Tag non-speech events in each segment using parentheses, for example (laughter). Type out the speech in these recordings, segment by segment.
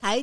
台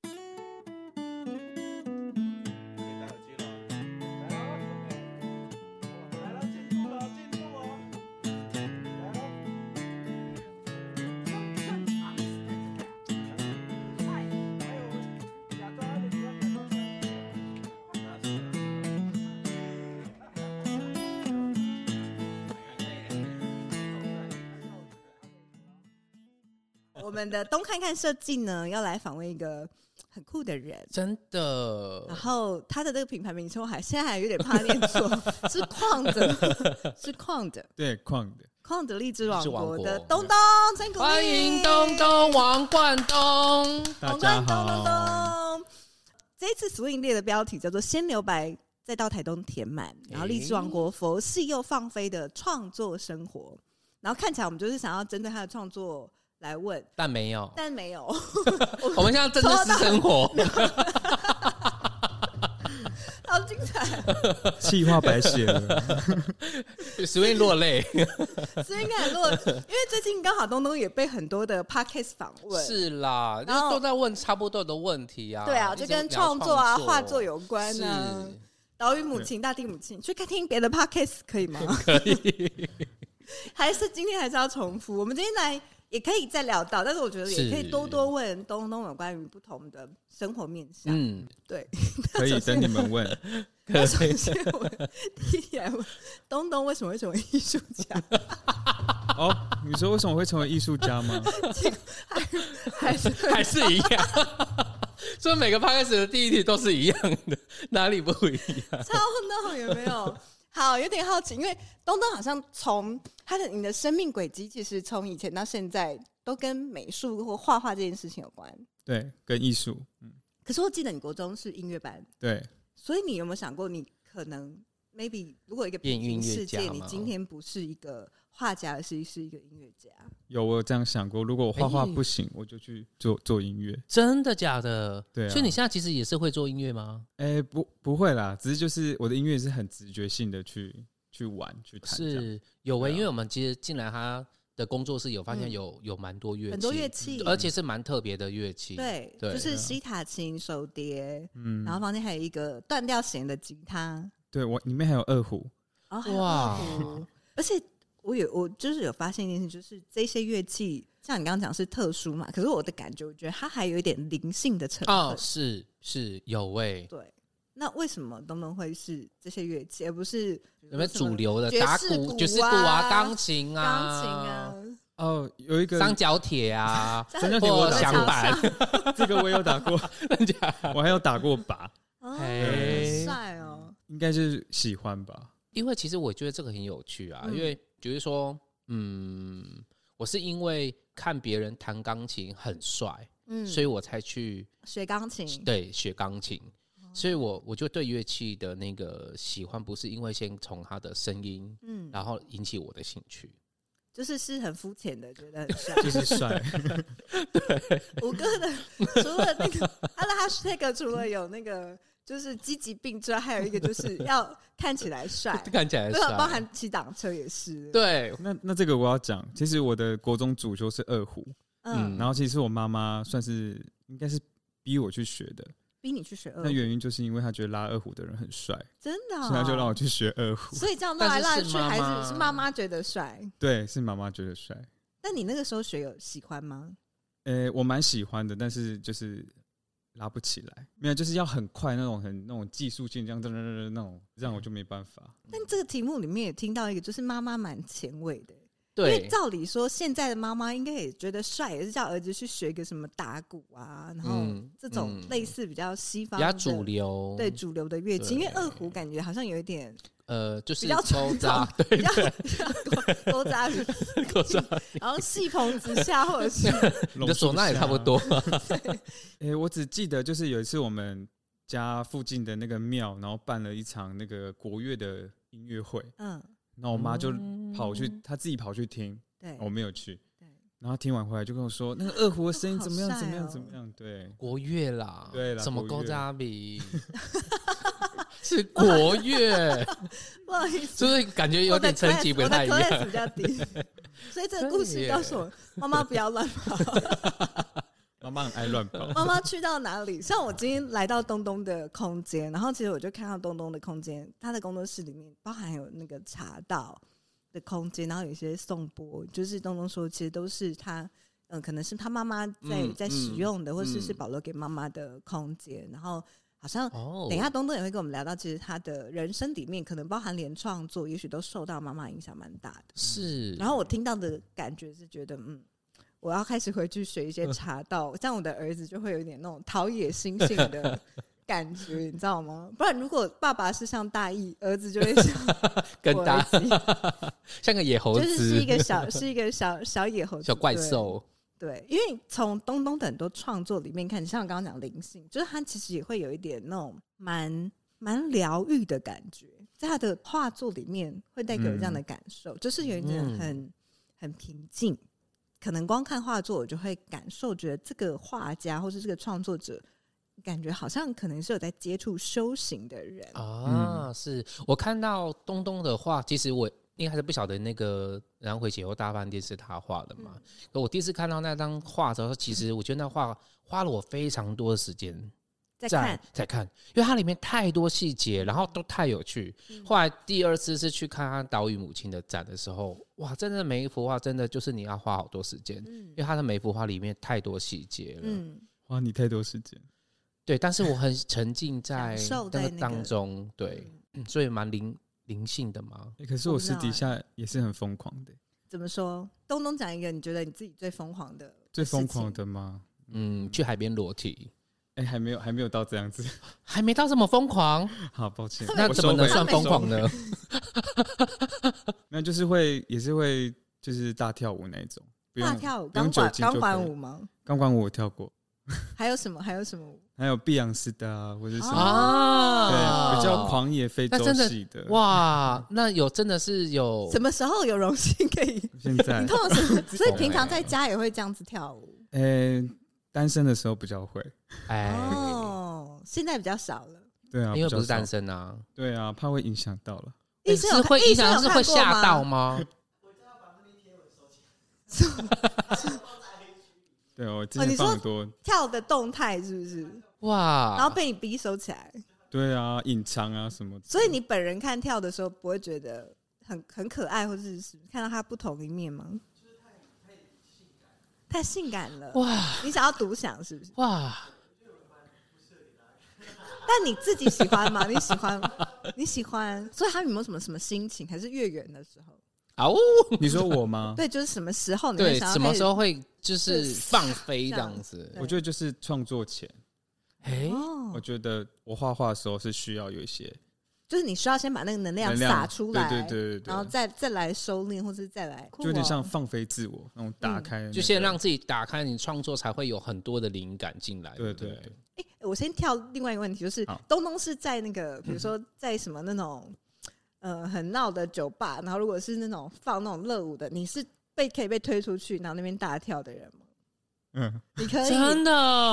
可以戴耳机了。来喽，OK，来了，进入了，进入哦。来喽。还有假装安静，假装安静。我们的东看看设计呢，要来访问一个很酷的人。真的然后他的这个品牌名称，我还现在还有点怕念错，是矿的， (laughs) 是矿的，对，矿的，矿的荔枝王国的荔枝王国东东，真可欢迎东，东王冠东，大冠家东东好。东。这一次 Swing 列的标题叫做“先留白，再到台东填满”，然后荔枝王国佛系又放飞的创作生活。然后看起来我们就是想要针对他的创作来问，但没有，但没有， (laughs) 我们现在真的是生活，好精彩！气话白写了， (laughs) 随便落泪，所以应该很多，因为最近刚好东东也被很多的 podcast 访问，是啦，就然是后都在问差不多的问题啊，对啊，一直就跟聊创创作啊、画作有关是啊。岛屿母亲、大地母亲，去看听别的 podcast 可以 (laughs) 吗？可以。 (laughs) 还是今天还是要重复？我们今天来也可以再聊到，但是我觉得也可以是多多问东东有关于不同的生活面向。嗯，对，(laughs) 可以等你 (laughs) 们问。可首以，先我 (laughs) 第一点问东东为什么会成为艺术 (laughs) 家，哦，你说为什么会成为艺术家吗？还是还是一样。 (laughs) 所以每个 p 开始的第一题都是一样的，哪里不一 (laughs) 样？超闹有没有？好，有点好奇，因为东东好像从他的你的生命轨迹，其实从以前到现在都跟美术或画画这件事情有关。对，跟艺术，可是我记得你国中是音乐班，对，所以你有没有想过，你可能 maybe 如果有一个变平行音乐世界，家你吗今天不是一个画家，而是是一个音乐家？有我有这样想过，如果我画画哎不行，我就去做做音乐。真的假的？对啊所以你现在其实也是会做音乐吗？哎，不，不会啦，只是就是我的音乐是很直觉性的去去玩去弹，这样是有诶、对啊因为我们其实进来他的工作室有发现嗯有、有蛮多乐器，很多乐器，而且是蛮特别的乐器。对，对嗯就是西塔琴、手碟，嗯然后房间还有一个断掉弦的吉他，对我里面还有二胡，然后哦还有哇二胡，而且我有我就是有发现一件事，就是这些乐器，像你刚刚讲是特殊嘛，可是我的感觉，我觉得它还有一点灵性的成分。哦，是是有欸诶、对，那为什么东东会是这些乐器，而不是比如有没有说什么主流的爵士打鼓、鼓爵士鼓啊啊、钢琴钢啊、琴啊？，哦，有一个三角铁啊这三角铁或我打响过，板，这个我有打过， (laughs) 真假我还有打过把，哦，哎很帅哦，应该是喜欢吧？ (laughs) 因为其实我觉得这个很有趣啊，嗯因为比如说，嗯，我是因为看别人弹钢琴很帅，嗯，所以我才去学钢琴，对学钢琴，所以哦我我就对乐器的那个喜欢，不是因为先从他的声音，嗯，然后引起我的兴趣。，就是是很肤浅的，觉得很帅。就是帅，五哥的除了那个他的 hashtag 除了有那个就是积极病之外，还有一个就是要看起来帅 (laughs) 看起来对啊，包帅，含骑挡车也是，对，那那这个我要讲，其实我的国中主修是二胡，嗯，嗯然后其实我妈妈算是应该是逼我去学的，逼你去学二嗯那胡，原因就是因为她觉得拉二胡的人很帅，真的哦，所以她就让我去学二胡。所以这样闹来闹但去，是是妈还妈是是妈妈觉得帅。对，是妈妈觉得帅，但你那个时候学有喜欢吗？呃、我蛮喜欢的，但是就是拉不起来，没有，就是要很快那种很那种技术性这样噔噔噔噔那种，让我就没办法。嗯但这个题目里面也听到一个，就是妈妈蛮前卫的，因为对，照理说现在的妈妈应该也觉得帅，也是叫儿子去学个什么打鼓啊，然后嗯这种嗯类似比较西比方较的主流，对主流的乐器，因为对二胡感觉好像有一点呃，就是比较抽传扎统，比较比较 (laughs) 勾勾扎， (laughs) 勾扎然后戏棚之下或者是你 (laughs) 你的唢呐也差不。多。嗯诶、我只记得就是有一次我们家附近的那个庙，然后办了一场那个国乐的音乐会，嗯，然后我妈就嗯跑去，她自己跑去听，对我没有去对。然后听完回来就跟我说，那个二胡的声音好怎么样？帅怎么样？哦怎么样？对，国乐啦，对啦什么国勾乐 (laughs) 扎比是国乐，不好意思，就是感觉有点层级不太一我的样。 class 比较低。所以这个故对事耶告诉我们，妈妈不要乱跑，妈妈很爱乱 (laughs) 跑，妈妈去到哪里？像我今天来到东东的空间，然后其实我就看到东东的空间，他的工作室里面包含有那个茶道的空间，然后有一些颂钵，就是东东说，其实都是他，嗯、可能是他妈妈在、嗯在使用的，或是嗯是保留给妈妈的空间，然后好像哦，等一下，东东也会跟我们聊到，其实他的人生里面可能包含连创作，也许都受到妈妈影响蛮大的。是，然后我听到的感觉是觉得，嗯，我要开始回去学一嗯些茶道，这样我的儿子就会有一点那种陶冶心性 (laughs) 的感觉，你知道吗？不然如果爸爸是像大义，儿子就会 (laughs) 像跟我大儿子，像个野猴就是是一子、个小是一个小小野猴子小怪对兽，对，因为从东东的很多创作里面看，像我刚刚讲灵性，就是他其实也会有一点那种蛮蛮疗愈的感觉，在他的画作里面会带给我这样的感受，就是有一点嗯很、很平静。可能光看画作，我就会感受，觉得这个画家或是这个创作者，感觉好像可能是有在接触修行的人。啊，是我看到东东的画，其实我一开始不晓得那个《然后回解忧大饭店》是他画的嗯嘛。可我第一次看到那张画的时候，其实我觉得那画花了我非常多的时间在看，在看，因为它里面太多细节，然后都太有趣。嗯后来第二次是去看他岛屿母亲的展的时候，哇，真的每一幅画真的就是你要花好多时间，嗯因为他的每一幅画里面太多细节了。嗯，花你太多时间。对，但是我很沉浸在享受在那那个个当中，对，嗯所以蛮灵灵性的嘛。欸可是我我不知私道底欸下也是很疯狂的欸，怎么说？东东讲一个你觉得你自己最疯狂的，最疯狂。的吗？嗯，去海边裸体，哎、还没有，还没有到这样子。还没到这么疯狂，好，抱歉，那我怎么收能回算我疯收狂回呢？没有，就是会，也是会，就是大跳舞那一种。不用大跳舞、不用钢酒管、精就钢管可以舞吗？钢管舞我跳过，还有什么？还有什么舞？还有碧昂斯的啊，或者什么，哦啊对，比较狂野非那洲真的系的。哇，那有真的是有什么时候有荣幸可以？你现在通，常什么？所以懂平常欸在家也会这样子跳舞呃、单身的时候比较会。哎，哦。现在比较少了。对啊，因为不是比较少单。身啊，对啊，怕会影响到了。医哎是生有看会医影生有看响是会过吓到吗？吗？对，我之哦前你说放很多。跳的动态是不是？哇，然后被你逼收起来，对啊，隐藏啊 (laughs) 什么的。所以你本人看跳的时候不会觉得很很可爱，或者是看到他不同一面吗？太性感了哇你想要独享是不是？哇，但你自己喜欢 (laughs) 吗？你喜欢吗？你喜欢？所以他有没有什么什么心情？还是月圆的时候？啊呜，你说我吗？对，就是什么时候你对，会想要什么开始时候会就是放飞这样子？对我觉得就是创作前，哎，我哦，觉得我画画的时候是需要有一些就是你需要先把那个能量能量撒出来，对对对对对，然后再再来收敛，或是再来，啊就有点像放飞自我那种嗯打开的那个，就先让自己打开，你创作才会有很多的灵感进来。对不对对，哎、我先跳另外一个问题，就是好嗯东东是在那个，比如说在什么那种呃很闹的酒吧，然后如果是那种放那种热舞的，你是被可以被推出去，然后那边大跳的人吗？嗯，你可以真的，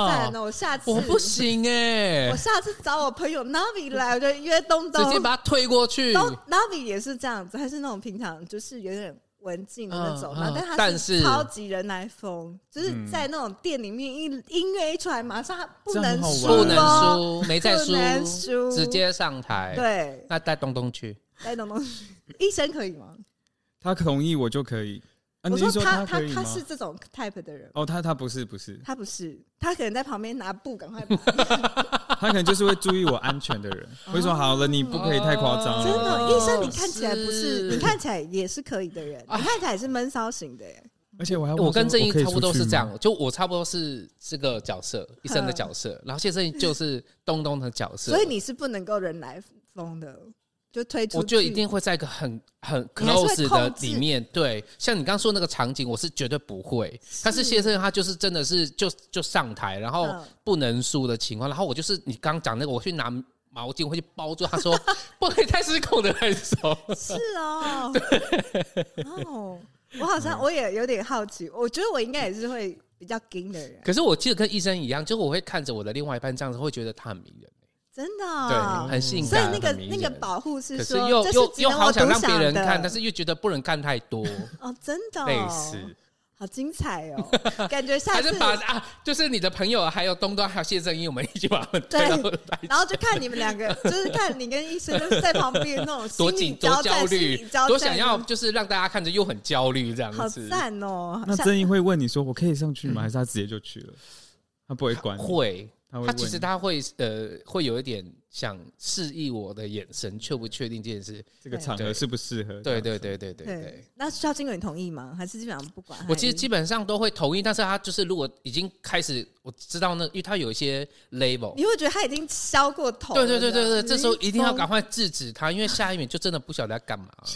赞哦！我下次我不行哎、我下次找我朋友 Navi 来，我就约东东直。接把它推过去。东 Navi 也是这样子，还是那种平常就是有点文静的那种，嗯然后嗯但但他是超级人来疯，就是嗯在那种店里面一音乐一出来，马上他不这样能很好输、哦，不能输，没再不输，能输直接上台。，对，那带东东去。带东东去，医生可以吗？他同意我就可以。啊，我你是他他他可以吗他是这种 type 的人，哦，他他不是不是，他不是，他可能在旁边拿布赶快把，他可能就是会注意我安全 (laughs) 的人，会说好了，你不可以太夸张哦啊真了。的，医生你看起来不是是，你看起来也是可以的人，你看起来也是闷骚型的耶，而且我还问我跟说正义可以差不多出去是这吗，哦样，就我差不多是这个角色，医生的角色，然后谢正义就是东东的角色。嗯所以你是不能够人来疯的，就推出去，我就一定会在一个很很你还是会 close 的控制里面，对，像你刚说那个场景，我是绝对不会。但是谢生他就是真的是就就上台，然后嗯不能输的情况，然后我就是你刚讲那个，我去拿毛巾会去包住他 (laughs) 说不可以太失控的那种，是 (laughs) 哦，哦，我好嗯像我也有点好奇，我觉得我应该也是会比较硬的人，可是我记得跟医生一样，就是我会看着我的另外一半这样子，会觉得他很迷人。真的对，哦、很性所以感，啊那个很迷那人个保护是可是说，又这又只又能好我想独让别人的看，但是又觉得不能看太多，哦，真的、哦、类似，好精彩哦， (laughs) 感觉下还是次，把啊，就是你的朋友还有东东还有谢正英，我们一起把他们推对到台然后就看你们两 (laughs) 个，就是看你跟医生就是在旁边那种多心理紧交多战、焦心虑理交，战，多想要就是让大家看着又很焦虑这样好子，赞哦，那像曾毅会问你说：“我可以上去吗？”还是他直接就去了？他不会管你，会。他会他问其实你他会呃会有一点想示意我的眼神确不确定这件事，这个场合对适不适合？对对对对对对对。，那需要经理同意吗？还是基本上不管？我其实基本本上都会同意，但是他就是如果已经开始我知道那，因为他有一些 label，你会觉得他已经消过头了，嗯对对对对对，你这时候一定要疯赶快制止他，因为下一秒就真的不晓得他干嘛了。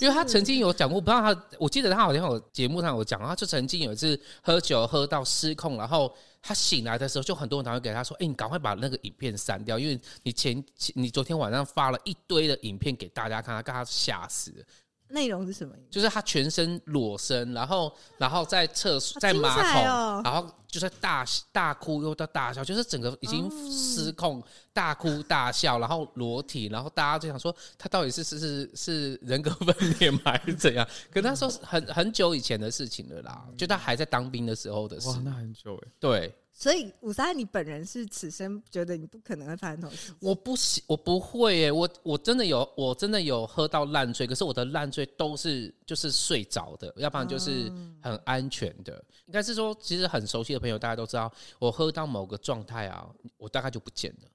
因为他曾经有讲过，不知道他，我记得他好像有节目上有讲，他就曾经有一次喝酒喝到失控，然后他醒来的时候，就很多人打电话给他说：“哎、你赶快把那个影片删掉，因为你前你昨天晚上发了一堆的影片给大家看，他刚他吓死了。”内容是什么？就是他全身裸身，然后然后在厕所好在马精桶，彩哦然后就是大大哭又到大笑，就是整个已经失控，大哭大笑，然后裸体，然后大家就想说他到底是是是是人格分裂吗还是怎 (laughs) 样？可那时候是很很久以前的事情了嗯啦，就他还在当兵的时候的事哇，，那很久哎。对。所以五三，你本人是此生觉得你不可能会发生这种事，我不喜，我不会耶，我我真的有，我真的有喝到烂醉，可是我的烂醉都是就是睡着的，要不然就是很安全的。应该是说，其实很熟悉的朋友大家都知道，我喝到某个状态啊，我大概就不见了，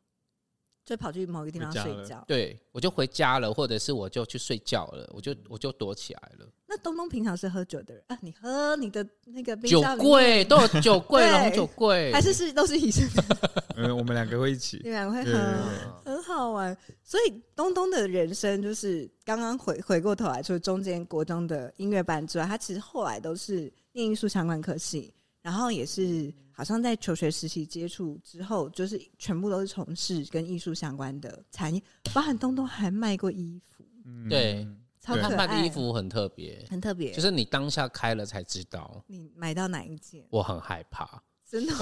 就跑去某个地方回家睡了觉。对我就回家了，或者是我就去睡觉了，我就我就躲起来了。那东东平常是喝酒的人啊，你喝你的那个冰酒箱里面柜都有酒柜，对红酒柜还是是都是医生，嗯，我们两个会 (laughs) 一起你。们俩会对对对嗯喝，对很好玩。所以东东的人生就是刚刚回回过头来，除了中间国中的音乐班之外，他其实后来都是念艺术相关科系，然后也是好像在求学时期接触之后，就是全部都是从事跟艺术相关的产业，包含东东还卖过衣服，嗯对超对可他爱，卖的衣服很特别，很特别，就是你当下开了才知道，你买到哪一件？我很害怕。真的，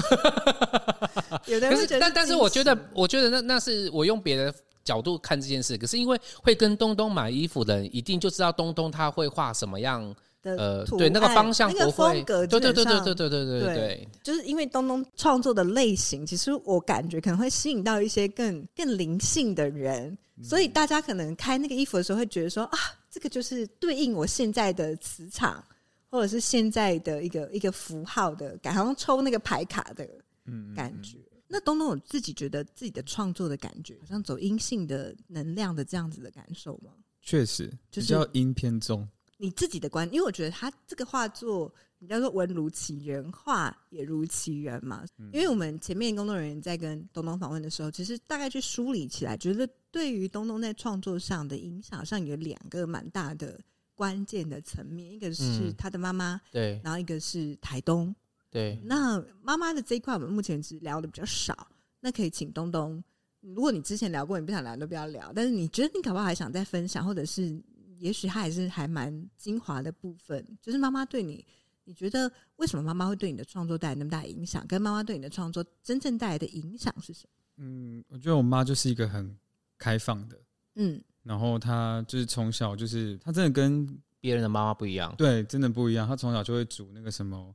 有的人可会是觉，得但但是我惊觉喜得，我觉得那那是我用别的角度看这件事。可是因为会跟东东买衣服的人，一定就知道东东他会画什么样，的呃，图对那个案方向那不个会，风格，对对对对对，对对对对对对就是因为东东创作的类型，其实我感觉可能会吸引到一些更更灵性的人，嗯所以大家可能开那个衣服的时候会觉得说啊，这个就是对应我现在的磁场，或者是现在的一个一个符号的感，好像抽那个牌卡的嗯感觉。那东东，我自己觉得自己的创作的感觉，好像走阴性的能量的这样子的感受吗？确实就比是较阴偏中。你自己的观，因为我觉得他这个画作，你叫做文如其人，画也如其人嘛。嗯因为我们前面工作人员在跟东东访问的时候，其实大概去梳理起来，觉得对于东东在创作上的影响上有两个蛮大的关键的层面，一个是嗯他的妈妈，对然后一个是台东。对那妈妈的这一块，我们目前只聊的比较少。那可以请东东，如果你之前聊过，你不想聊你都不要聊。但是你觉得你搞不好还想再分享，或者是也许它还是还蛮精华的部分，就是妈妈对你，你觉得为什么妈妈会对你的创作带来那么大的影响？跟妈妈对你的创作真正带来的影响是什么？嗯，我觉得我妈就是一个很开放的，嗯，然后她就是从小就是她真的跟别人的妈妈不一样，对真的不一样，她从小就会煮那个什么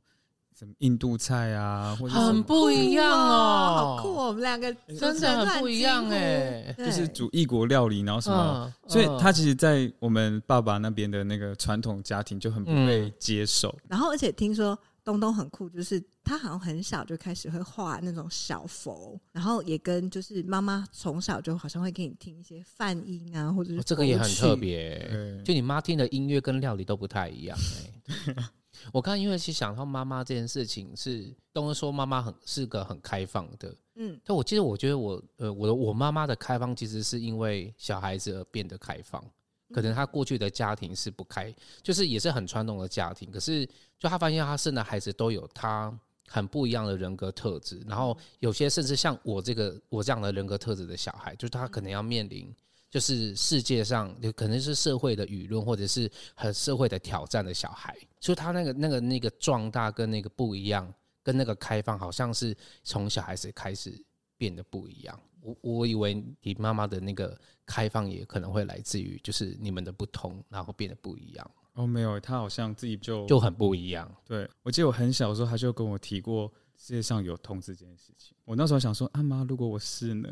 什么印度菜啊，或者是什很么不一样哦，好酷、哦！我们两个真的很不一样哎，就就是煮异国料理，然后什么。嗯，所以嗯她其实，在我们爸爸那边的那个传统家庭就很不被嗯接受，然后而且听说东东很酷，就是他好像很小就开始会画那种小佛，然后也跟就是妈妈从小就好像会给你听一些泛音啊，或者是、哦这个也很特。嗯别，对就你妈听的音乐跟料理都不太一样哎。 (laughs) 我刚刚因为是想到妈妈这件事情是东东说妈妈很是个很开放的，嗯，但我记得，我觉得我呃，我的我妈妈的开放其实是因为小孩子而变得开放。可能她过去的家庭是不开，就是也是很传统的家庭，可是就她发现她生的孩子都有她很不一样的人格特质，然后有些甚至像我这个我这样的人格特质的小孩，就是他可能要面临。就是世界上有可能是社会的舆论，或者是很社会的挑战的小孩，所以他那个那个那个壮大跟那个不一样，跟那个开放，好像是从小孩子开始变得不一样。我我以为你妈妈的那个开放也可能会来自于就是你们的不同，然后变得不一样，哦，没有，他好像自己就就很不一样。对我记得我很小的时候，他就跟我提过世界上有同志这件事情。我那时候想说，啊妈，如果我是呢？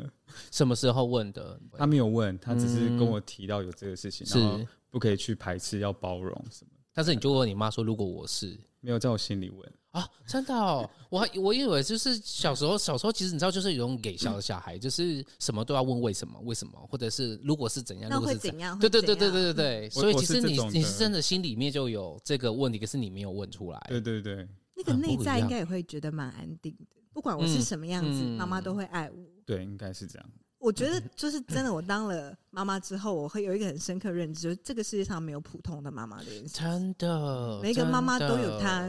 什么时候问的？他没有问，他只是跟我提到有这个事情，然后嗯是，不可以去排斥，要包容什么的，但是你就问你妈说，如果我是没有在我心里问。啊，真的哦，我还我以为就是小时候，小时候其实你知道，就是有种给小的小孩，就是什么都要问为什么，为什么，或者是如果是怎样，那如果会是怎样。怎样？对对会对怎对样嗯对对对，我所以我其是实这你种你是的真的心里面就有这个问题，可是你没有问出来。对对对那个很内不一在应样该也会觉得蛮安定的，不管我是嗯什么样子，妈妈都嗯会爱我。对，应该是这样。我觉得就是真的，我当了妈妈之后，我会有一个很深刻认知，就是这个世界上没有普通的妈妈这件事，真的，每个真妈妈都有的她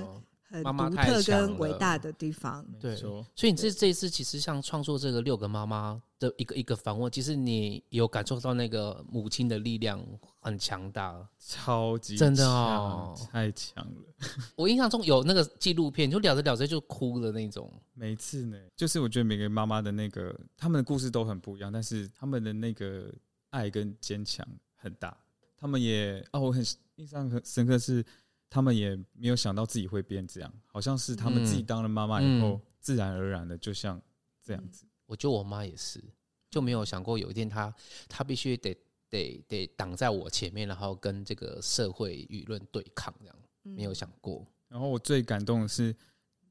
很妈妈独太特强跟伟了大的地方。对没错，所以你这这一次其实像创作这个六个妈妈的一个一个访问，其实你有感受到那个母亲的力量很强大。超级真的哦强太强了。我印象中有那个纪录片，就聊着聊着就哭的那种。每一次呢，就是我觉得每个妈妈的那个，他们的故事都很不一样，但是他们的那个爱跟坚强很大。他们也哦，我很印象很深刻是，他们也没有想到自己会变这样，好像是他们自己嗯当了妈妈以后，嗯自然而然的就像这样子。我觉得我妈也是，就没有想过有一天她她必须得得得挡在我前面，然后跟这个社会舆论对抗，这样没有嗯想过。然后我最感动的是，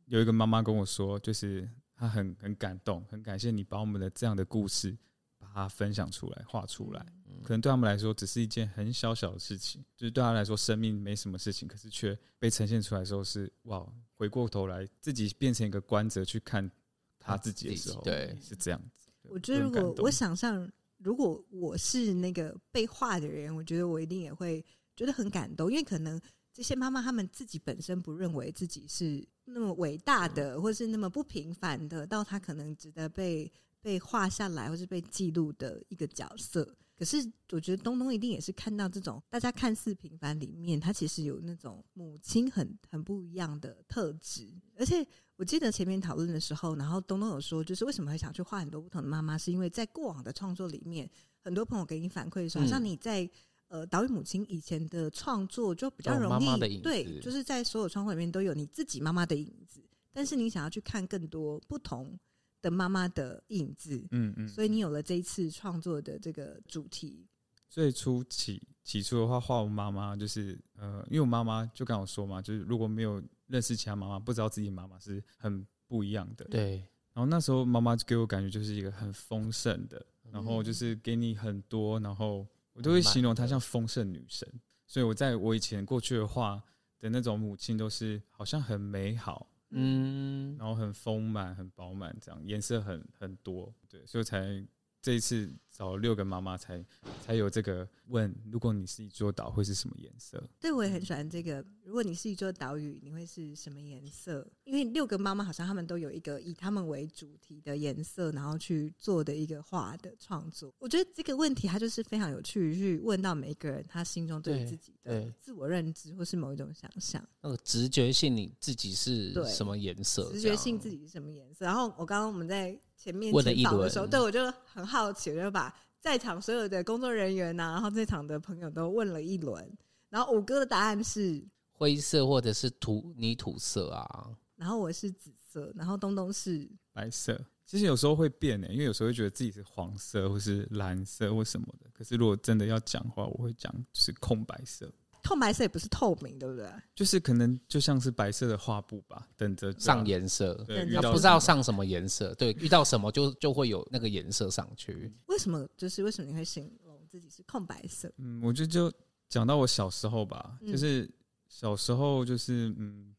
有一个妈妈跟我说，就是她很很感动，很感谢你把我们的这样的故事把它分享出来、画出来。可能对他们来说只是一件很小小的事情，就是对他来说生命没什么事情，可是却被呈现出来的时候是哇，回过头来自己变成一个观者去看他自己的时候，自己对是这样子。我觉得如很感果动我想象，如果我是那个被画的人，我觉得我一定也会觉得很感动，因为可能这些妈妈她们自己本身不认为自己是那么伟大的，或是那么不平凡的，到她可能值得被被画下来或是被记录的一个角色。可是我觉得东东一定也是看到这种大家看似平凡里面，他其实有那种母亲很很不一样的特质，而且我记得前面讨论的时候，然后东东有说，就是为什么会想去画很多不同的妈妈，是因为在过往的创作里面，很多朋友给你反馈说，嗯好像你在呃岛屿母亲以前的创作就比较有容易，哦妈妈的影子对，就是在所有创作里面都有你自己妈妈的影子，但是你想要去看更多不同的妈妈的影子，嗯嗯，所以你有了这一次创作的这个主题，最初起起初的话，画我妈妈就是呃，因为我妈妈就跟我说嘛，就是如果没有认识其他妈妈，不知道自己妈妈是很不一样的。对，然后那时候妈妈给我感觉就是一个很丰盛的，然后就是给你很多，然后我都会形容她像丰盛女神。所以我在我以前过去的话的那种母亲都是好像很美好，嗯，然后很丰满、很饱满，这样颜色很很多，对，所以才这一次找六个妈妈才才有这个问，如果你是一座岛会是什么颜色？对，我也很喜欢这个。如果你是一座岛屿，你会是什么颜色？因为六个妈妈好像她们都有一个以她们为主题的颜色，然后去做的一个画的创作。我觉得这个问题它就是非常有趣，去问到每一个人他心中对于对自己的对自我认知或是某一种想象。那个直觉性你自己是对什么颜色？直这觉样性自己是什么颜色。然后我刚刚我们在前面问了前一导的轮时候，对我就很好奇，我就把在场所有的工作人员呐、啊然后在场的朋友都问了一轮。然后五哥的答案是灰色或者是土泥土色啊，然后我是紫色，然后东东是白色。其实有时候会变呢、欸因为有时候会觉得自己是黄色或是蓝色或什么的。可是如果真的要讲话，我会讲就是空白色，空白色，也不是透明，对不对？就是可能就像是白色的画布吧，等着上，颜色。啊对，等遇着那到不知道什上什么颜色，对，遇到什么就就会有那个颜色上去。为什么？就是为什么你会形容自己是空白色？么嗯，我就就讲到我小时候吧，嗯就是小时候就是嗯，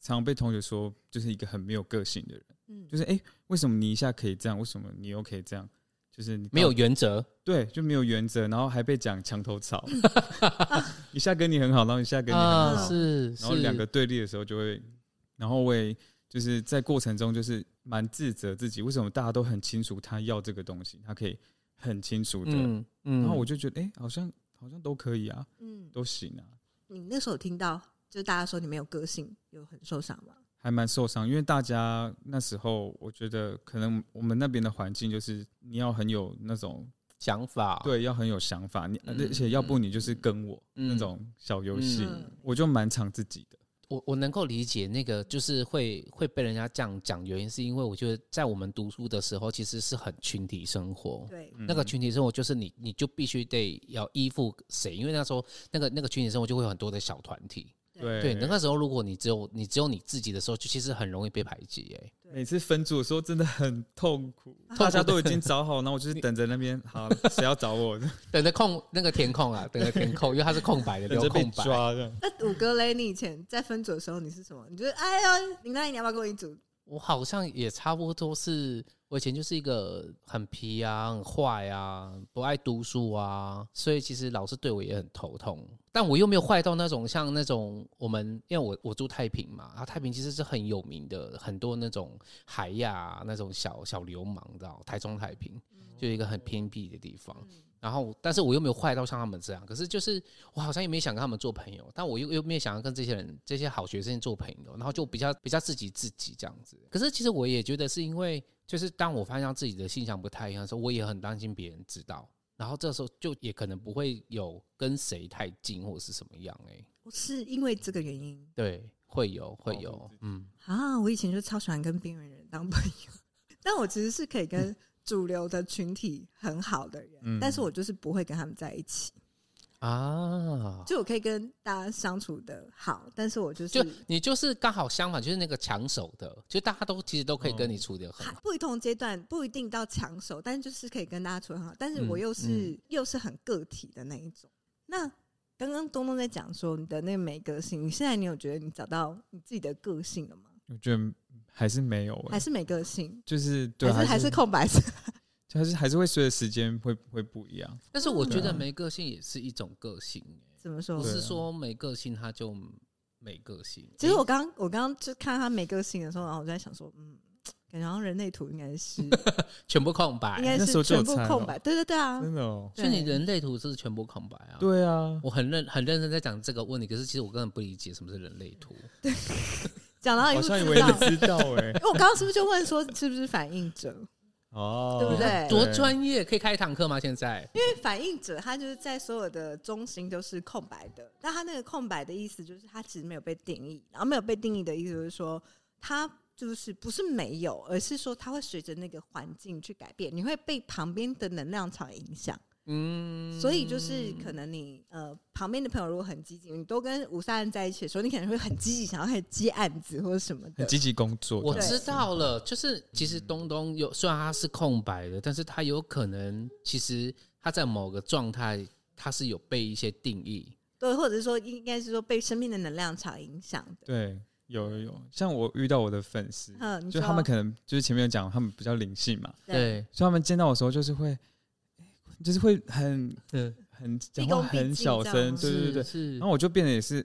常被同学说就是一个很没有个性的人。嗯，就是哎、诶为什么你一下可以这样？为什么你又可以这样？就是你到没有原则，对，就没有原则，然后还被讲墙头 (laughs) 草，一下跟你很好，然后一下跟你很好，啊是是嗯然后两个对立的时候就会，然后我也就是在过程中就是蛮自责自己，为什么大家都很清楚他要这个东西，他可以很清楚的，嗯嗯然后我就觉得哎、诶好像好像都可以啊，嗯，都行啊，你那时候有听到，就是大家说你没有个性，有很受伤吗？还蛮受伤，因为大家那时候我觉得可能我们那边的环境就是你要很有那种想法，对，要很有想法，你嗯而且要不你就是跟我嗯那种小游戏嗯，我就蛮常自己的。我我能够理解那个就是会会被人家这样讲，原因是因为我觉得在我们读书的时候其实是很群体生活， (laughs) 对，嗯那个群体生活就是你你就必须得要依附谁，因为那时候那个那个群体生活就会有很多的小团体，对对，那个时候如果你只有你只有你自己的时候，就其实很容易被排挤耶、每次分组的时候真的很 (laughs) 痛苦，啊大家都已经找好，然后我就是等着那边好 (laughs) 谁要找我，等着空那个填空啊，等着填空，因为它是空 (laughs) 白的，等留着被空白。抓这样。那五哥嘞，你以前在分组的时候你是什么？你觉得哎呀，林大你要不要跟我一组？我好像也差不多是，我以前就是一个很皮啊、很坏啊、不爱读书啊，所以其实老师对我也很头痛。但我又没有坏到那种像那种我们，因为我我住太平嘛，然后太平其实是很有名的，很多那种海呀、那种小小流氓，你知道，台中太平就一个很偏僻的地方。然后，但是我又没有坏到像他们这样，可是就是我好像也没想跟他们做朋友，但我又又没有想要跟这些人、这些好学生做朋友，然后就比较比较自己自己这样子。可是其实我也觉得是因为，就是当我发现到自己的性向不太一样的时候，我也很担心别人知道，然后这时候就也可能不会有跟谁太近或者是什么样哎、我是因为这个原因对，会有会保护有自己，嗯，啊，我以前就超喜欢跟边缘人当朋友， (laughs) 但我其实是可以跟主流的群体很好的人，嗯但是我就是不会跟他们在一起。啊，就我可以跟大家相处的好，但是我就是就你就是刚好相反，就是那个抢手的，就大家都其实都可以跟你处的很还好，不同阶段不一定到抢手，但是就是可以跟大家处得很好。但是我嗯又是、又是很个体的那一种。那刚刚东东在讲说你的那个没个性，你现在你有觉得你找到你自己的个性了吗？我觉得还是没有欸，还是没个性？就是对，还是还是空白 (laughs) 色？还是还是会随着时间会会不一样。但是我觉对得啊没个性也是一种个性、欸。怎么说不对？啊是说没个性他就没个性。其实我刚我刚刚就看他没个性的时候，然后我就在想说，嗯，感觉好像人类图应该 (laughs) 是应全部空白，该哎那时候是就有全部猜空了白。对对对啊，真的哦，所以你对人类图是全部空白啊。，对啊，我很认很认真在讲这个问题，可是其实我根本不理解什么是人类图。讲到一好副像以知为道你。知道哎，因为我刚刚是不是就问说是不是反应者？哦， (laughs) 对不对 (laughs) 多专业，可以开一堂课吗？现在因为反应者他就是在所有的中心都是空白的，那他那个空白的意思就是他其实没有被定义，然后没有被定义的意思就是说他就是不是没有，而是说他会随着那个环境去改变，你会被旁边的能量场影响。嗯，所以就是可能你呃旁边的朋友如果很积极，你都跟五三人在一起的时候，你可能会很积极，想要开始接案子或者什么很的。积极工作。我这样知道了，就是其实东东有虽然他是空白的，但是他有可能其实他在某个状态他是有被一些定义，对，或者是说应该是说被身边的能量场影响的。对，有有有，像我遇到我的粉丝，嗯，你就说他们可能就是前面有讲，他们比较灵性嘛，对对，所以他们见到我的时候就是会，就是会很嗯，很讲话毕恭毕敬很小这样声，吗对对对。是然后我就变得也是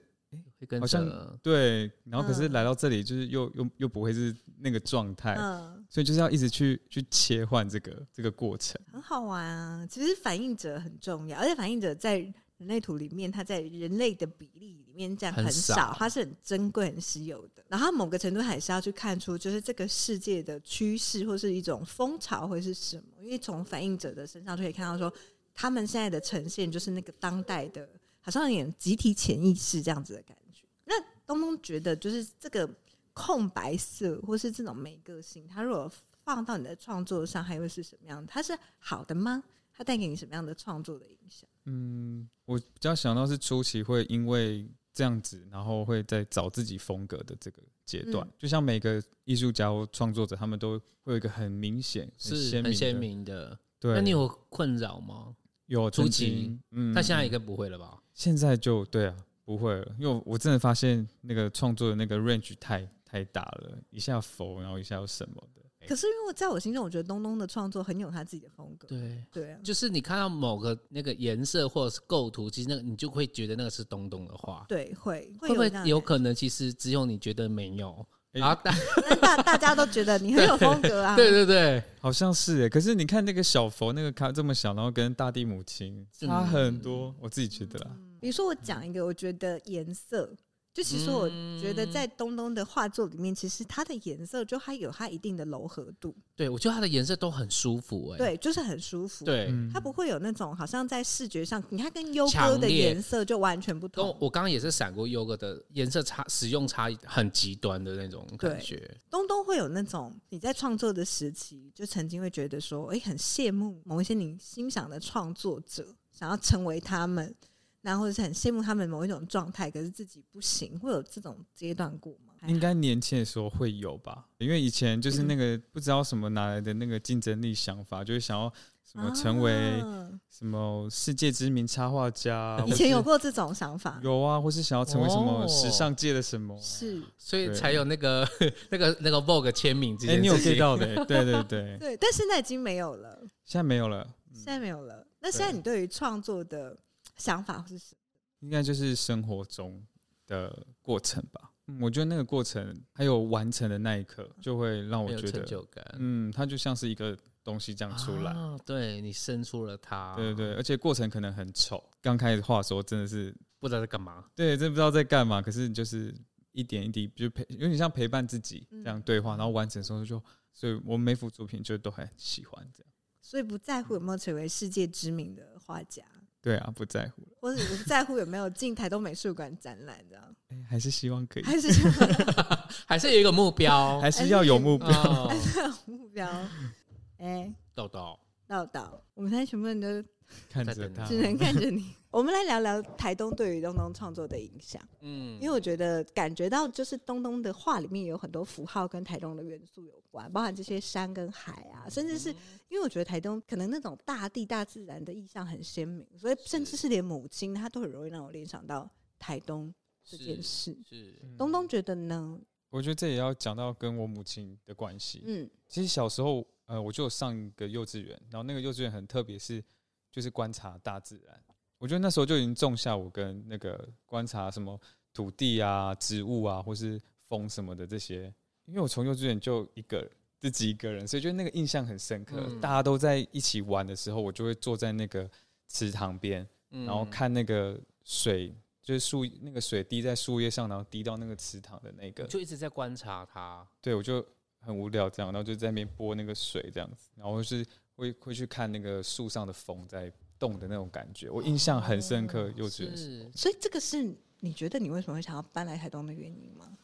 会跟好像着对，然后可是嗯来到这里就是又又又不会是那个状态，嗯。所以就是要一直去去切换这个这个过程。很好玩啊！其实反应者很重要，而且反应者在人类图里面，它在人类的比例里面占很很少，少它是很珍贵、很稀有的。然后它某个程度还是要去看出，就是这个世界的趋势或是一种风潮会是什么，因为从反应者的身上就可以看到说，他们现在的呈现就是那个当代的，好像有点集体潜意识这样子的感觉。那东东觉得，就是这个空白色或是这种没个性，它如果放到你的创作上，还会是什么样？它是好的吗？它带给你什么样的创作的影响？嗯，我比较想到是初期会因为这样子，然后会在找自己风格的这个阶段，嗯就像每个艺术家或创作者，他们都会有一个很明显、很是很明的鲜。明的。对，那你有困扰吗？有初曾期经嗯但现在嗯应该不会了吧？现在就对啊，不会了，因为我我真的发现那个创作的那个 range 太太大了，一下佛，然后一下又什么的，哎可是因为在我心中，我觉得东东的创作很有他自己的风格。对，对啊，就是你看到某个那个颜色或者是构图，其实那个你就会觉得那个是东东的画，对，会会不有会这样的有感觉？可能其实只有你觉得没有？哎 (laughs) 然后大但大大家都觉得你很有风格啊。 (laughs) 对对对，好像是耶。可是你看那个小佛，那个咖这么小，然后跟大地母亲差很多，我自己觉得啦。啊比如说我讲一个，我觉得颜色就其实我觉得嗯在东东的画作里面，其实它的颜色就它有它一定的柔和度，对我觉得它的颜色都很舒服、哎，对，就是很舒服。，对，嗯它不会有那种好像在视觉上，你看跟优哥强的烈颜色就完全不跟同我。我刚刚也是闪过 Yoga 的颜色差，使用差异很极端的那种感对觉。东东会有那种你在创作的时期，就曾经会觉得说，哎、很羡慕某一些你欣赏的创作者，想要成为他们，然后或者是很羡慕他们某一种状态，可是自己不行，会有这种阶段过吗？应该年轻的时候会有吧，因为以前就是那个不知道什么哪来的那个竞争力想法，就是想要什么成为啊什么世界知名插画家，以或前是有过这种想法，有哦啊，或是想要成为什么哦时尚界的什么，啊是所以对才有那个 (laughs) 那个那个 Vogue 签名这哎，件你有事 get 情。到的， (laughs) 对对对，对，但现在已经没有了，现在没有了，现在没有了。那现在嗯对你对于创作的想法是什么？应该就是生活中的过程吧。嗯我觉得那个过程还有完成的那一刻，就会让我没有觉成得，就感，嗯，它就像是一个东西这样出来，啊对你生出了它，对对对，而且过程可能很丑，刚开始画的时候真的是不知道在干嘛。对，真不知道在干嘛，可是就是一点一滴，就陪，有点像陪伴自己嗯这样对话，然后完成的时候就，所以我每幅作品就都很喜欢这样。所以不在乎有没有成为世界知名的画家，对啊，不在乎了，或者不在乎有没有进台东美术馆展览，这样哎、还是希望可以，还是想还是有一个目标，还是要有目标。哦 (laughs) 目标？ (laughs) 哎、豆豆唠叨，我们现在全部人都看着他，只能看着你。我们来聊聊台东对于东东创作的影响，嗯因为我觉得感觉到就是东东的画里面有很多符号跟台东的元素有关，包含这些山跟海啊，甚至是因为我觉得台东可能那种大地大自然的意象很鲜明，所以甚至是连母亲她都很容易让我联想到台东这件事。是嗯东东觉得呢？我觉得这也要讲到跟我母亲的关系。嗯，其实小时候，呃，我就有上一个幼稚园，然后那个幼稚园很特别，是就是观察大自然。我觉得那时候就已经种下我跟那个观察什么土地啊、植物啊，或是风什么的这些。因为我从幼稚园就一个自己一个人，所以就那个印象很深刻。嗯大家都在一起玩的时候，我就会坐在那个池塘边，嗯然后看那个水，就是树那个水滴在树叶上，然后滴到那个池塘的那个你。就一直在观察它，对我就很无聊这样，然后就在那边拨那个水这样子，然后是会会去看那个树上的风在动的那种感觉，我印象很深刻。幼稚园时，哦是所以这个是你觉得你为什么会想要搬来台东的原因吗？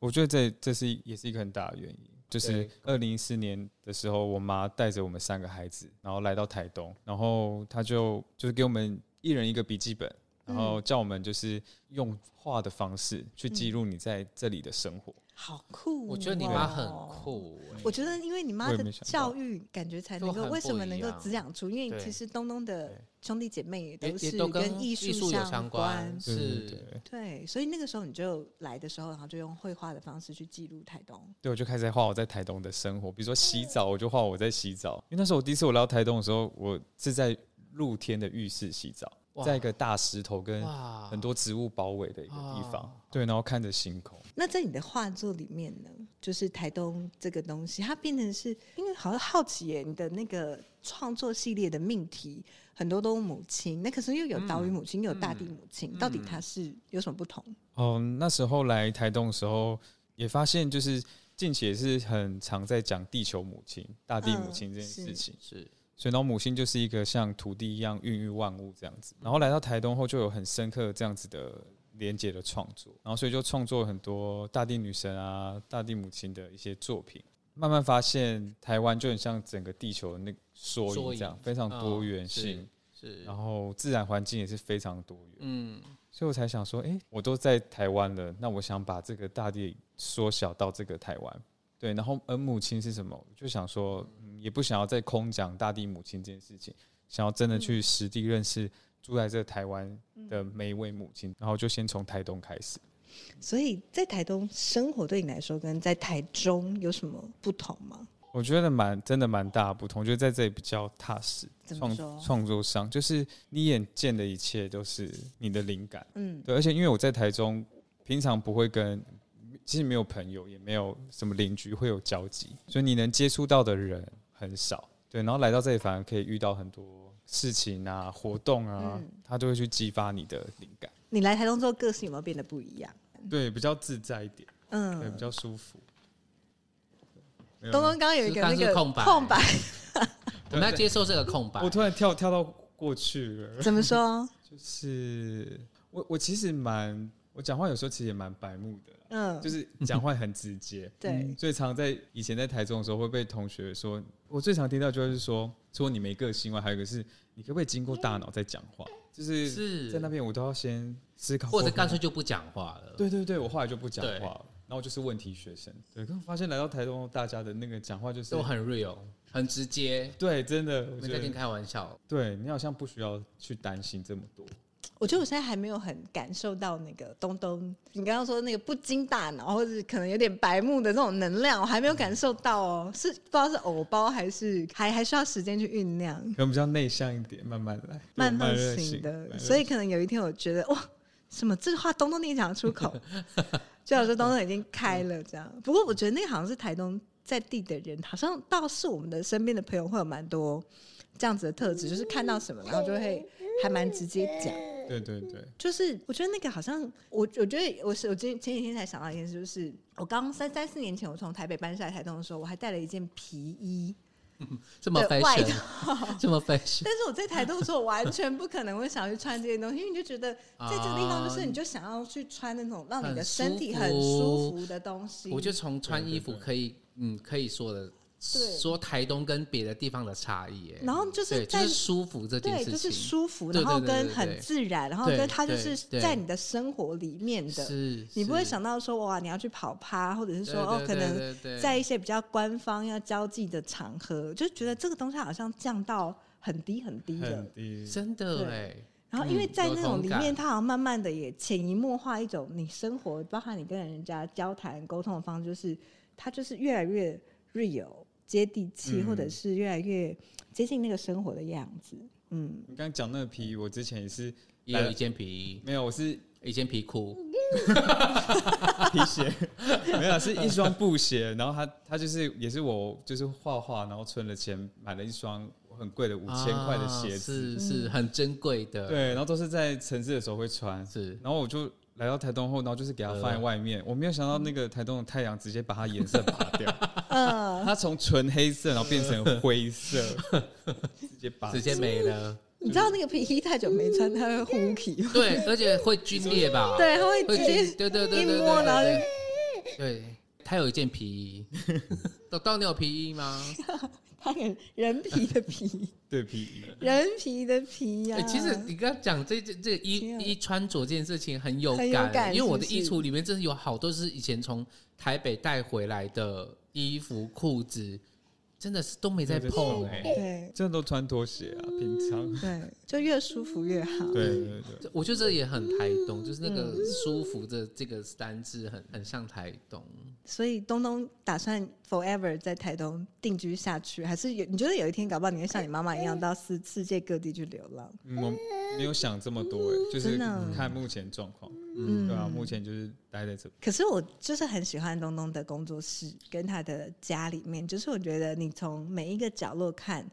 我觉得这这是也是一个很大的原因。就是对二零一四年的时候，我妈带着我们三个孩子，然后来到台东，然后她就就是给我们一人一个笔记本，然后嗯叫我们就是用画的方式去记录你在这里的生活。好酷、我觉得你妈很。酷、哎我觉得，因为你妈哦我也的没想到教育，感觉才能就够很为什么不一能够样滋养出，因为对其实东东的对兄弟姐妹也也都也是都跟艺术有相关，对对是对对，所以那个时候你就来的时候，然后就用绘画的方式去记录台东。对，我就开始在画我在台东的生活，比如说洗澡，我就画我在洗澡。因为那时候我第一次我来到台东的时候，我是在露天的浴室洗澡，哇在一个大石头跟哇很多植物包围的一个地方哇，对，然后看着星空。那在你的画作里面呢，就是台东这个东西，它变成是因为好像好奇耶，你的那个创作系列的命题很多都母亲，那可是又有嗯岛屿母亲，又有大地母亲，到底它是有什么不同？嗯，那时候来台东的时候，也发现就是近期也是很常在讲地球母亲、大地母嗯亲这件是事情。是所以，然后母性就是一个像土地一样孕育万物这样子。然后来到台东后，就有很深刻这样子的连接的创作，然后所以就创作很多大地女神啊、大地母亲的一些作品。慢慢发现，台湾就很像整个地球的那个缩缩影嗯影这样，非常多元性，是，然后自然环境也是非常多元。嗯，所以我才想说，诶，我都在台湾了，那我想把这个大地缩小到这个台湾。对，然后而母亲是什么？我就想说，嗯也不想要再空讲大地母亲这件事情，想要真嗯的去实地认识住在这台湾的每一位母亲。然后就先从台东开始。所以在台东生活对你来说，跟在台中有什么不同吗？我觉得蛮真的蛮大的不同，我觉得在这里比较踏实。怎么说创创作上，就是你眼见的一切都是你的灵感。嗯，对，而且因为我在台中，平常不会跟，其实没有朋友，也没有什么邻居会有交集，所以你能接触到的人很少。对，然后来到这里，反而可以遇到很多事情啊、活动啊，嗯它就会去激发你的灵感。你来台东之后，个性有没有变得不一样？对，比较自在一点，对，嗯，比较舒服。没有东东刚刚有一个那就刚个是空白空白， (laughs) 我们要接受这个空白我。突然跳跳到过去了，怎么说？就是我我其实蛮我讲话有时候其实也蛮白目的啦，嗯，就是讲话很直接。 (laughs) 嗯对，最常在以前在台中的时候，会被同学说，我最常听到就是说，除了你没个性外，还有一个是你可不可以经过大脑再讲话？嗯就是是在那，边我都要先思考，或者干脆就不讲话了。对对对，我后来就不讲对话了，然后就是问题学生。对，可我发现来到台中，大家的那个讲话就是都很 real，很直接，对，真的，我没觉在跟你得开玩笑。对你好像不需要去担心这么多。我觉得我现在还没有很感受到那个东东，你刚刚说的那个不经大脑，或者是可能有点白目的那种能量，我还没有感受到嗯哦，是不知道是偶包还是还还需要时间去酝酿，可能比较内向一点，慢慢来，慢慢慢热型的。慢所以热可能有一天我觉得哇，什么这话东东你讲得出 (laughs) 口，就好说东东已经开了这样。不过我觉得那个好像是台东在地的人，好像倒是我们的身边的朋友会有蛮多这样子的特质，就是看到什么然后就会还蛮直接讲。型对对对，就是我觉得那个好像我我觉得我是我今前几天才想到一件事，就是我刚三三四年前我从台北搬下来台东的时候，我还带了一件皮衣，这么对外 fashion，这么 fashion，但是我在台东的时候我完全不可能会想去穿这些东西，因为你就觉得在这个地方啊就是你就想要去穿那种让你的身体很舒服的东西。我就从穿衣服对对对可以，嗯，可以说的，对说台东跟别的地方的差异，哎，然后就是对，就在是舒服这件对，事就是情，舒服，对然后对对跟对很对自然，然后对跟它就对是对在你的生活里面的，是，你不会是想到说哇你要去跑趴，或者是对说哦对可对能对对在一些比较官方要交际的场合，就觉得这个东西好像降到很低很低了很。低， (laughs) 真的对哎，然后因为嗯在有那种同里感面，它好像慢慢的也潜移默化一种你生活，包含你跟人家交谈沟通的方式，就是它就是越来越 real 接地气，嗯或者是越来越接近那个生活的样子。 (laughs) 嗯，你刚刚讲那个皮衣，我之前也是也有一件皮衣，没有，我是 (laughs) 一件皮裤，皮鞋，没有，是一双布鞋。然后它它就是也是我就是画画，然后存了钱买了一双很贵的五千块的鞋子，啊嗯是是很珍贵的，对，然后都是在城市的时候会穿。是然后我就来到台东后，然后就是给它放在外面，我没有想到那个台东的太阳直接把它颜色拔掉，呃，它从纯黑色然后变成灰色，直接拔直接没了，你知道那个皮衣太久没穿，它会呼气，对，而且会皲裂吧， (laughs) 对，它会会直接去对对对对一对摸对然后就对对，他有一件皮 (laughs) 衣，豆豆你有皮衣吗？它很人皮的皮，对皮衣。人皮的皮呀、哎，其实你刚刚讲这这这衣天啊衣穿着这件事情很有很有感，感因为我的是不是衣橱里面真的有好多是以前从台北带回来的衣服裤子，真的是都没在没在碰碰哎。对。真的都穿拖鞋啊，平常。对，就越舒服越好。对对对，这我觉得这也很台东，就是那个嗯舒服的这个单字很很像台东。所以东东打算 forever 在台东定居下去，还是有？你觉得有一天搞不好你会像你妈妈一样到世世界各地去流浪？嗯我没有想这么多哎，就嗯是真的看目前状况。嗯，对啊，目前就是待在这。可是我就是很喜欢东东的工作室跟他的家里面，就是我觉得你从每一个角落看，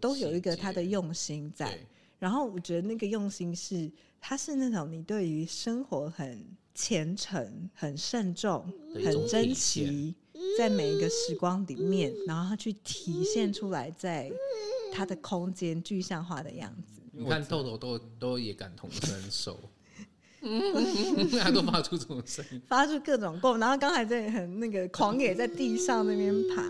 都有一个他的用心在。对，然后我觉得那个用心是，他是那种你对于生活很虔诚、很慎重、的一种很珍体惜，在每一个时光里面，然后他去体现出来，在他的空间具象化的样子。你看豆豆都都也感同身 (laughs) 受，他都发出这种声音。发出各种过，然后刚才在很那个狂野在地上那边爬，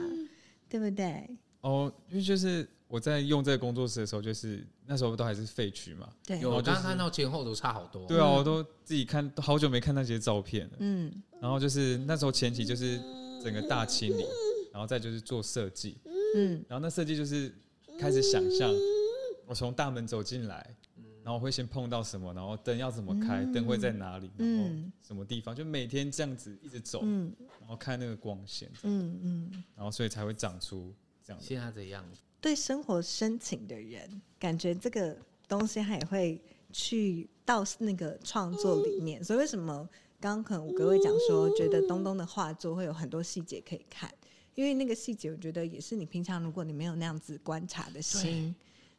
对不对？哦，因为就是我在用这个工作室的时候，就是那时候都还是废墟嘛。对，有，我就刚是刚看到前后都差好多。对啊，我都自己看，都好久没看那些照片了。嗯，然后就是那时候前期就是整个大清理，然后再就是做设计，嗯，然后那设计就是开始想象，我从大门走进来，然后会先碰到什么，然后灯要怎么开，灯会在哪里，然后嗯什么地方，就每天这样子一直走，嗯然后看那个光线，嗯嗯，然后所以才会长出这样的。现在这样，对生活深情的人，感觉这个东西他也会去到那个创作嗯里面。所以为什么刚刚可能我各位讲说，觉得东东的画作会有很多细节可以看，因为那个细节，我觉得也是你平常如果你没有那样子观察的心，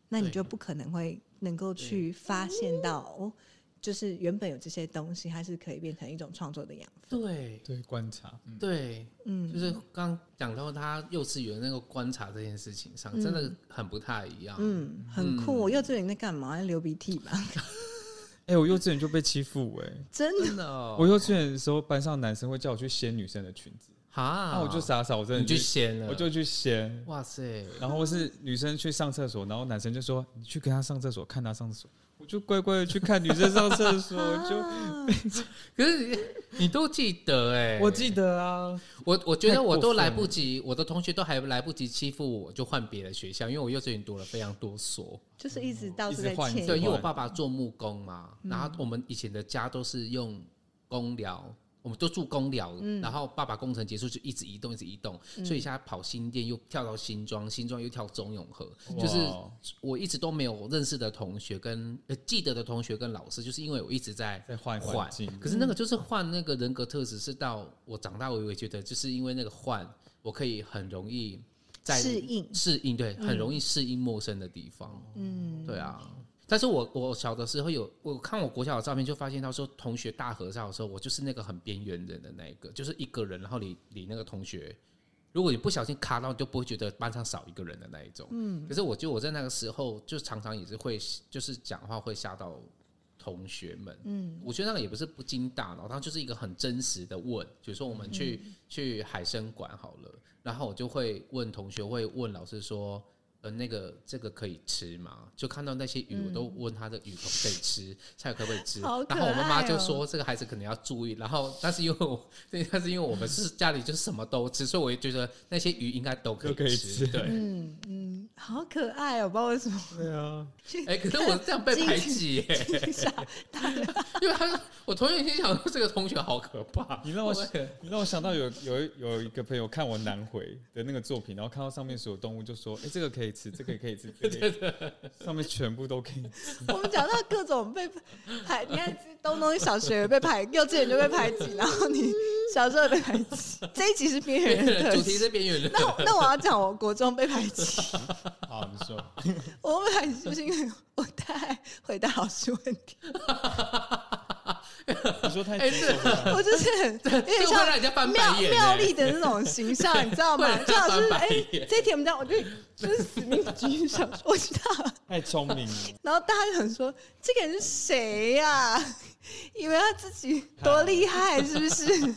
那你对就不可能会能够去发现到哦。就是原本有这些东西，它是可以变成一种创作的养分。对对观察，嗯，对，嗯，就是刚讲到他幼稚园那个观察这件事情上，真的很不太一样。嗯，很酷。嗯我幼稚园在干嘛？在流鼻涕吧？ (laughs) 哎、我幼稚园就被欺负哎、真的，真的哦，我幼稚园的时候，班上男生会叫我去掀女生的裙子，那、哈，我就傻傻，我真啊你的就去，闲了，我就去掀。哇塞，然后是女生去上厕所，然后男生就说：“你去跟她上厕所，看她上厕所。”我就乖乖的去看女生上厕所，我 (laughs) 就啊可是你你都记得哎，我记得啊，我我觉得我都来太过分不了及，我的同学都还来不及欺负我，就换别的学校，因为我幼稚园读了非常多所。就是一哦直到一处直在换迁一对，直移因为换。我嗯爸爸做木工嘛，然后我们以前的家都是用公寮，我们都住公寮，然后爸爸工程结束就一直移动，一直移动，所以现在跑新店又跳到新庄，新庄又跳中永和，就是哇我一直都没有认识的同学跟呃记得的同学跟老师，就是因为我一直在在换环换境，可是那个就是换那个人格特质，是到我长大，我也觉得就是因为那个换，我可以很容易在适应适应，嗯对，很容易适应陌生的地方。嗯，对啊。但是我我小的时候有我看我国小的照片，就发现到说同学大合照的时候，我就是那个很边缘人的那一个，就是一个人，然后你你那个同学，如果你不小心卡到，你就不会觉得班上少一个人的那一种。嗯。可是我觉得我在那个时候，就常常也是会就是讲话会吓到同学们。嗯。我觉得那个也不是不经大脑，它就是一个很真实的问，比如说我们去、嗯去海参馆好了，然后我就会问同学，会问老师说。呃，那个这个可以吃吗？就看到那些鱼，我都问他的鱼可不可以吃， (laughs) 菜可不可以吃。嗯好可然后我妈妈爱哦就说这个孩子可能要注意。然后，但是因为我， (laughs) 对，但是因为我们是家里就是什么都吃，所以我也觉得那些鱼应该都可以都可以吃对， (laughs) 嗯嗯，好可爱哦，不知道为什么对啊，哎、可是我这样被排挤耶、吓 (laughs) 大家因为他 (laughs) 我同学心想说这个同学好可怕。你让我我也你让我想到有有一有一个朋友看我南回的那个作品，然后看到上面所有动物，就说：“哎、这个可以吃，这个也可 (laughs) 以吃，这个可以吃上面全部都可以吃。我们讲到各种被排，你看东东小学也被排，幼稚园就被排挤，然后你小时候也被排挤。这一集是边缘人的 (laughs) 主特题辑。是边缘人，那我那我要讲我国中被排挤，”好，你说我被排挤就是因为我太爱回答老师问题，你说太哎棘手了，我就是很有 (laughs) 这点个会让像人家翻妙白眼、妙丽哎的那种形象，你知道吗 (laughs) 会？让就老他师翻白哎眼，这一题我们这样，我就就是死命举手，我知道。太聪 (laughs) 明了。然后大家就想说：“这个人是谁呀、 (laughs) 以为他自己多厉害是 (laughs) 不是？”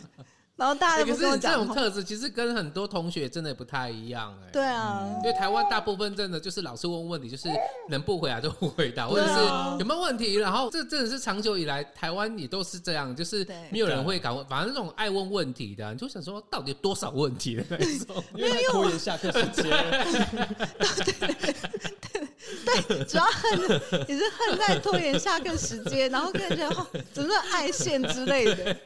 然后大家哎都可不跟是我你这讲种话。特质其实跟很多同学真的不太一样哎、对啊因，为台湾大部分真的就是老师问问题，就是能不回答就不回答，或对者啊是有没有问题。然后这真的是长久以来台湾也都是这样，就是对没有人会敢问，反正那种爱问问题的啊，你就想说到底有多少问 (laughs) 题的那一种。因为他拖延下课时间，主要恨也是恨在拖延下课时间，然后跟人家哦怎么那么爱现之类的。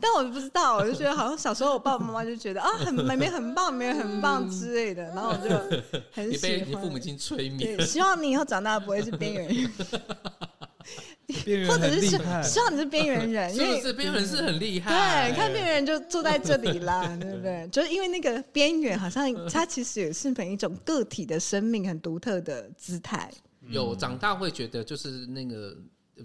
但我不知道，我就觉得好像小时候我爸爸妈妈就觉得啊，很妹妹很棒，妹妹很棒之类的，然后我就很你被喜你父母欢。亲催眠对，，希望你以后长大不会是边缘人，边缘或者很是厉希害，希望你是边缘人，因是为不是？边缘人是很厉害，欸对，看边缘人就坐在这里 (laughs) 啦，对不对？就是因为那个边缘，好像它其实也是每一种个体的生命很独特的姿态。有长大会觉得就是那个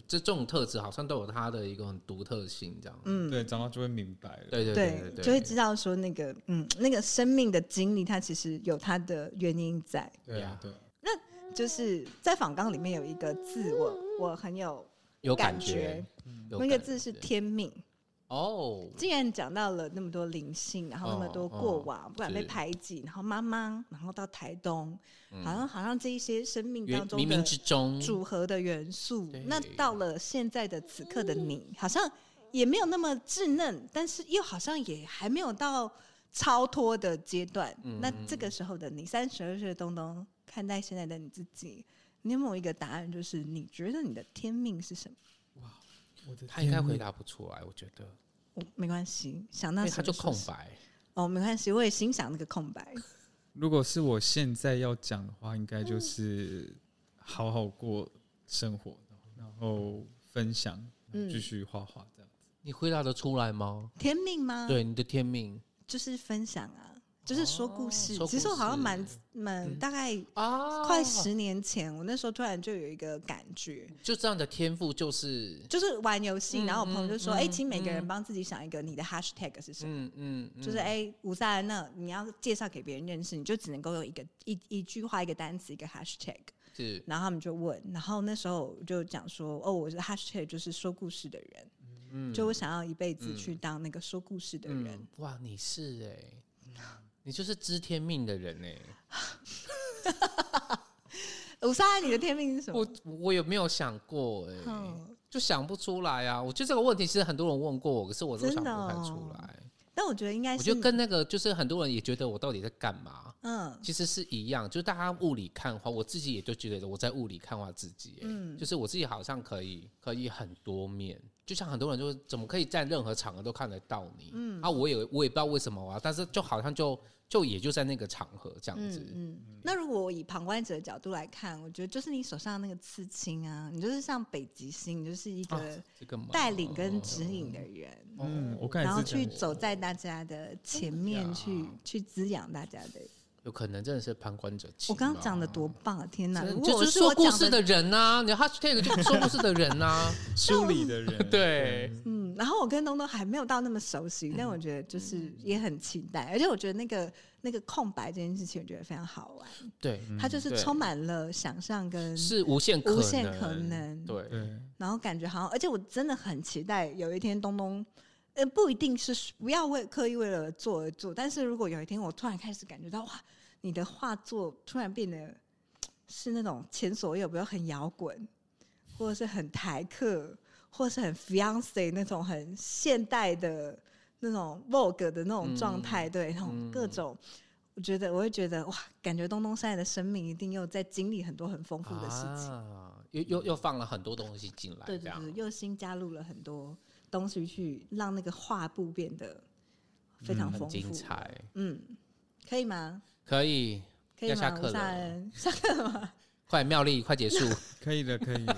这这种特质好像都有它的一个很独特性，这样。嗯，对，长大就会明白了。对对对对，对，就会知道说那个嗯，那个生命的经历，它其实有它的原因在。对啊，对啊，就是在访纲里面有一个字，我我很有有感感觉，嗯有那个感字是觉天命。哦，既然讲到了那么多灵性，然后那么多过往，不管被是排挤，然后妈妈，然后到台东，嗯好像好像这一些生命嗯原当中冥冥的之中组合的元素对。嗯那到了现在的此刻的你，好像也没有那么稚嫩，但是又好像也还没有到超脱的阶段。嗯那这个时候的你，三十二岁的东东，看待现在的你自己，你有没有一个答案？就是你觉得你的天命是什么？我的他应该天回哪答不出来，我觉得，我哦没关系，想因到为什他么就说空什么白。哦，没关系，我也欣赏那个空白。如果是我现在要讲的话，应该就是好好过生活，然后分享，然后继续画画这样。你回答得出来吗？天命吗？，对，你的天命就是分享啊，就是说故事。哦说故事嗯其实我好像蛮蛮大概啊，快十年前，我那时候突然就有一个感觉，就这样的天赋就是，就是玩游戏，嗯然后我朋友就说：“嗯哎、嗯请每个人嗯帮自己想一个你的 hashtag 是什么。嗯嗯，嗯就是哎，五三那你要介绍给别人认识，你就只能够用一个一一句话、一个单词、一个 hashtag。是然后他们就问，然后那时候我就讲说，哦，我是 hashtag 就是说故事的人，嗯就我想要一辈子去嗯当那个说故事的人。嗯哇，你是哎、你就是知天命的人哎、五三，你的天命是什么我？我有没有想过哎、嗯就想不出来啊！我觉得这个问题其实很多人问过我，可是我都真想的不太出哦来。但我觉得应该我是，觉得跟那个就是很多人也觉得我到底在干嘛，嗯其实是一样，就大家雾里看花，我自己也就觉得我在雾里看花自己、欸，嗯就是我自己好像可以可以很多面，就像很多人就是怎么可以在任何场合都看得到你，嗯啊，我也我也不知道为什么啊，但是就好像就就也就在那个场合这样子，嗯嗯。那如果我以旁观者的角度来看，我觉得就是你手上那个刺青啊，你就是像北极星，你就是一个啊这个嘛带领跟指引的人。嗯，我刚然后才是去讲，走在大家的前面，去去滋养大家的。有可能真的是旁观者清我刚刚吧讲的多棒啊！天哪，真的如果就我是是说我故讲事的人呐、啊，你 hashtag 就是说故事的人呐、 (laughs) 啊，梳理的人，对，嗯，然后我跟东东还没有到那么熟悉，但我觉得就是也很期待，而且我觉得那个那个空白这件事情，我觉得非常好玩，对，嗯它就是对充满了想象跟，是无限可能，无限可能对，对，然后感觉好像，而且我真的很期待有一天东东。呃，不一定是不要为刻意为了做而做，但是如果有一天我突然开始感觉到哇，你的画作突然变得是那种前所未有，比如很摇滚，或者是很台客，或者是很 fiance 那种很现代的那种 vogue 的那种状态，对，那种各种，我觉得我会觉得哇，感觉东东现在的生命一定又在经历很多很丰富的事情，啊，又又又放了很多东西进来，对这对样对，又新加入了很多东西去让那个画布变得非常丰富，很精彩，嗯，可以吗？可以，可以要下吗？课吴大了 (laughs) 人，下快妙丽，快结束，可以的，可以的。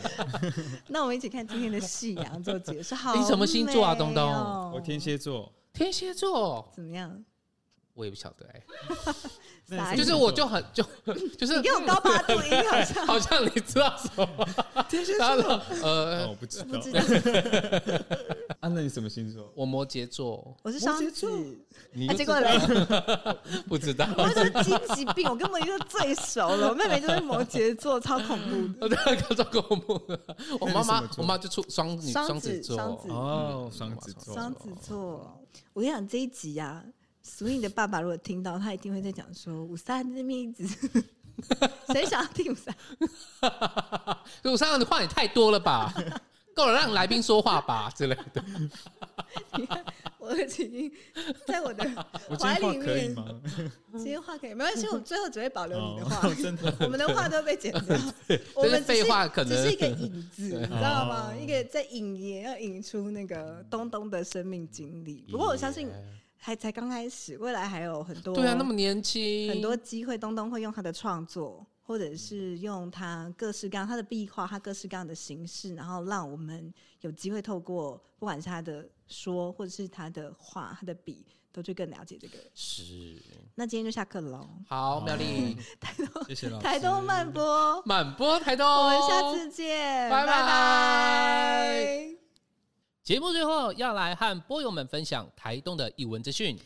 那我们一起看今天的夕阳做结束。好， (laughs) 你什么星座啊东东哦我天，蝎座，天蝎座，怎么样？我也不晓得哎、傻哎眼就是我就很 (laughs) 就就是你给我高八度音，好 (laughs) 像 (laughs) 好像你知道什 (laughs) 么，天蝎座，哦，呃，我不知不 (laughs) 道。知道。啊，那你什么星座？我摩羯座，我是双摩羯座子，你啊，又结果嘞， (laughs) 不知道，我都是积极病，我根本就是最熟了。我妹妹就是摩羯座，超恐怖的。我这个做公布 (laughs) 了，我妈那你什么妈我座妈就出双女双子双子座，双子哦嗯双子座双子座，我跟你讲这一集啊，Swing 的爸爸如果听到，他一定会在讲说五三这边一直， (laughs) 谁想要听五三？我上的话也太多 (laughs) 了吧，够了，让来宾说话吧之类的。你看我已经在我的 (laughs) 我今怀天里话可以面，吗？这些话可以没关系，我最后只会保留你的话。 (laughs) 哦，真的。我们的话都被剪 (laughs) 掉，我们只这是废话可能只是一个影子，你知道吗？哦一个在引言，要引出那个东东的生命经历。不过我相信还才刚开始，未来还有很多对啊，那么年轻，很多机会，东东会用他的创作，或者是用他各式各样他的壁画，他各式各样的形式，然后让我们有机会透过不管是他的说，或者是他的画、他的笔，都去更了解这个人。是那今天就下课 (laughs) 喽，好，妙丽谢谢老师。台东漫播，满播台 (laughs) 东，我们下次见，拜拜拜节目最后要来和波友们分享台东的译文资讯。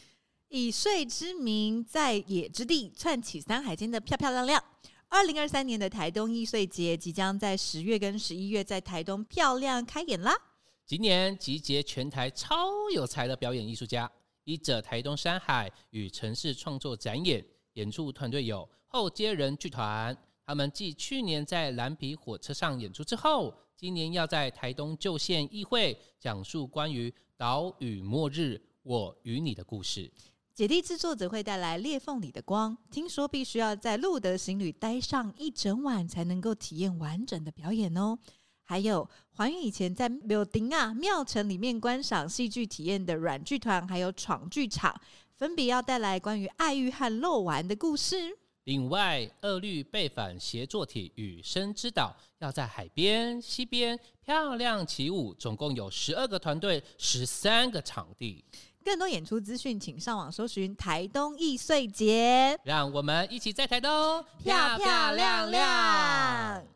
以睡之名，在野之地串起山海间的漂漂亮亮。二零二三年的台东易碎节即将在十月跟十一月在台东漂亮开演啦！今年集结全台超有才的表演艺术家，依着台东山海与城市创作展演，演出团队有后街人剧团。他们继去年在蓝皮火车上演出之后，今年要在台东旧县议会讲述关于岛屿末日我与你的故事。姐弟制作者会带来裂缝里的光，听说必须要在路德行旅待上一整晚才能够体验完整的表演哦。还有还原以前在柳丁啊庙城里面观赏戏剧体验的软剧团，还有闯剧场，分别要带来关于爱欲和漏玩的故事。另外，二律背反协作体与生之岛要在海边、西边漂亮起舞，总共有十二个团队，十三个场地。更多演出资讯，请上网搜寻台东易碎节，让我们一起在台东漂漂亮亮。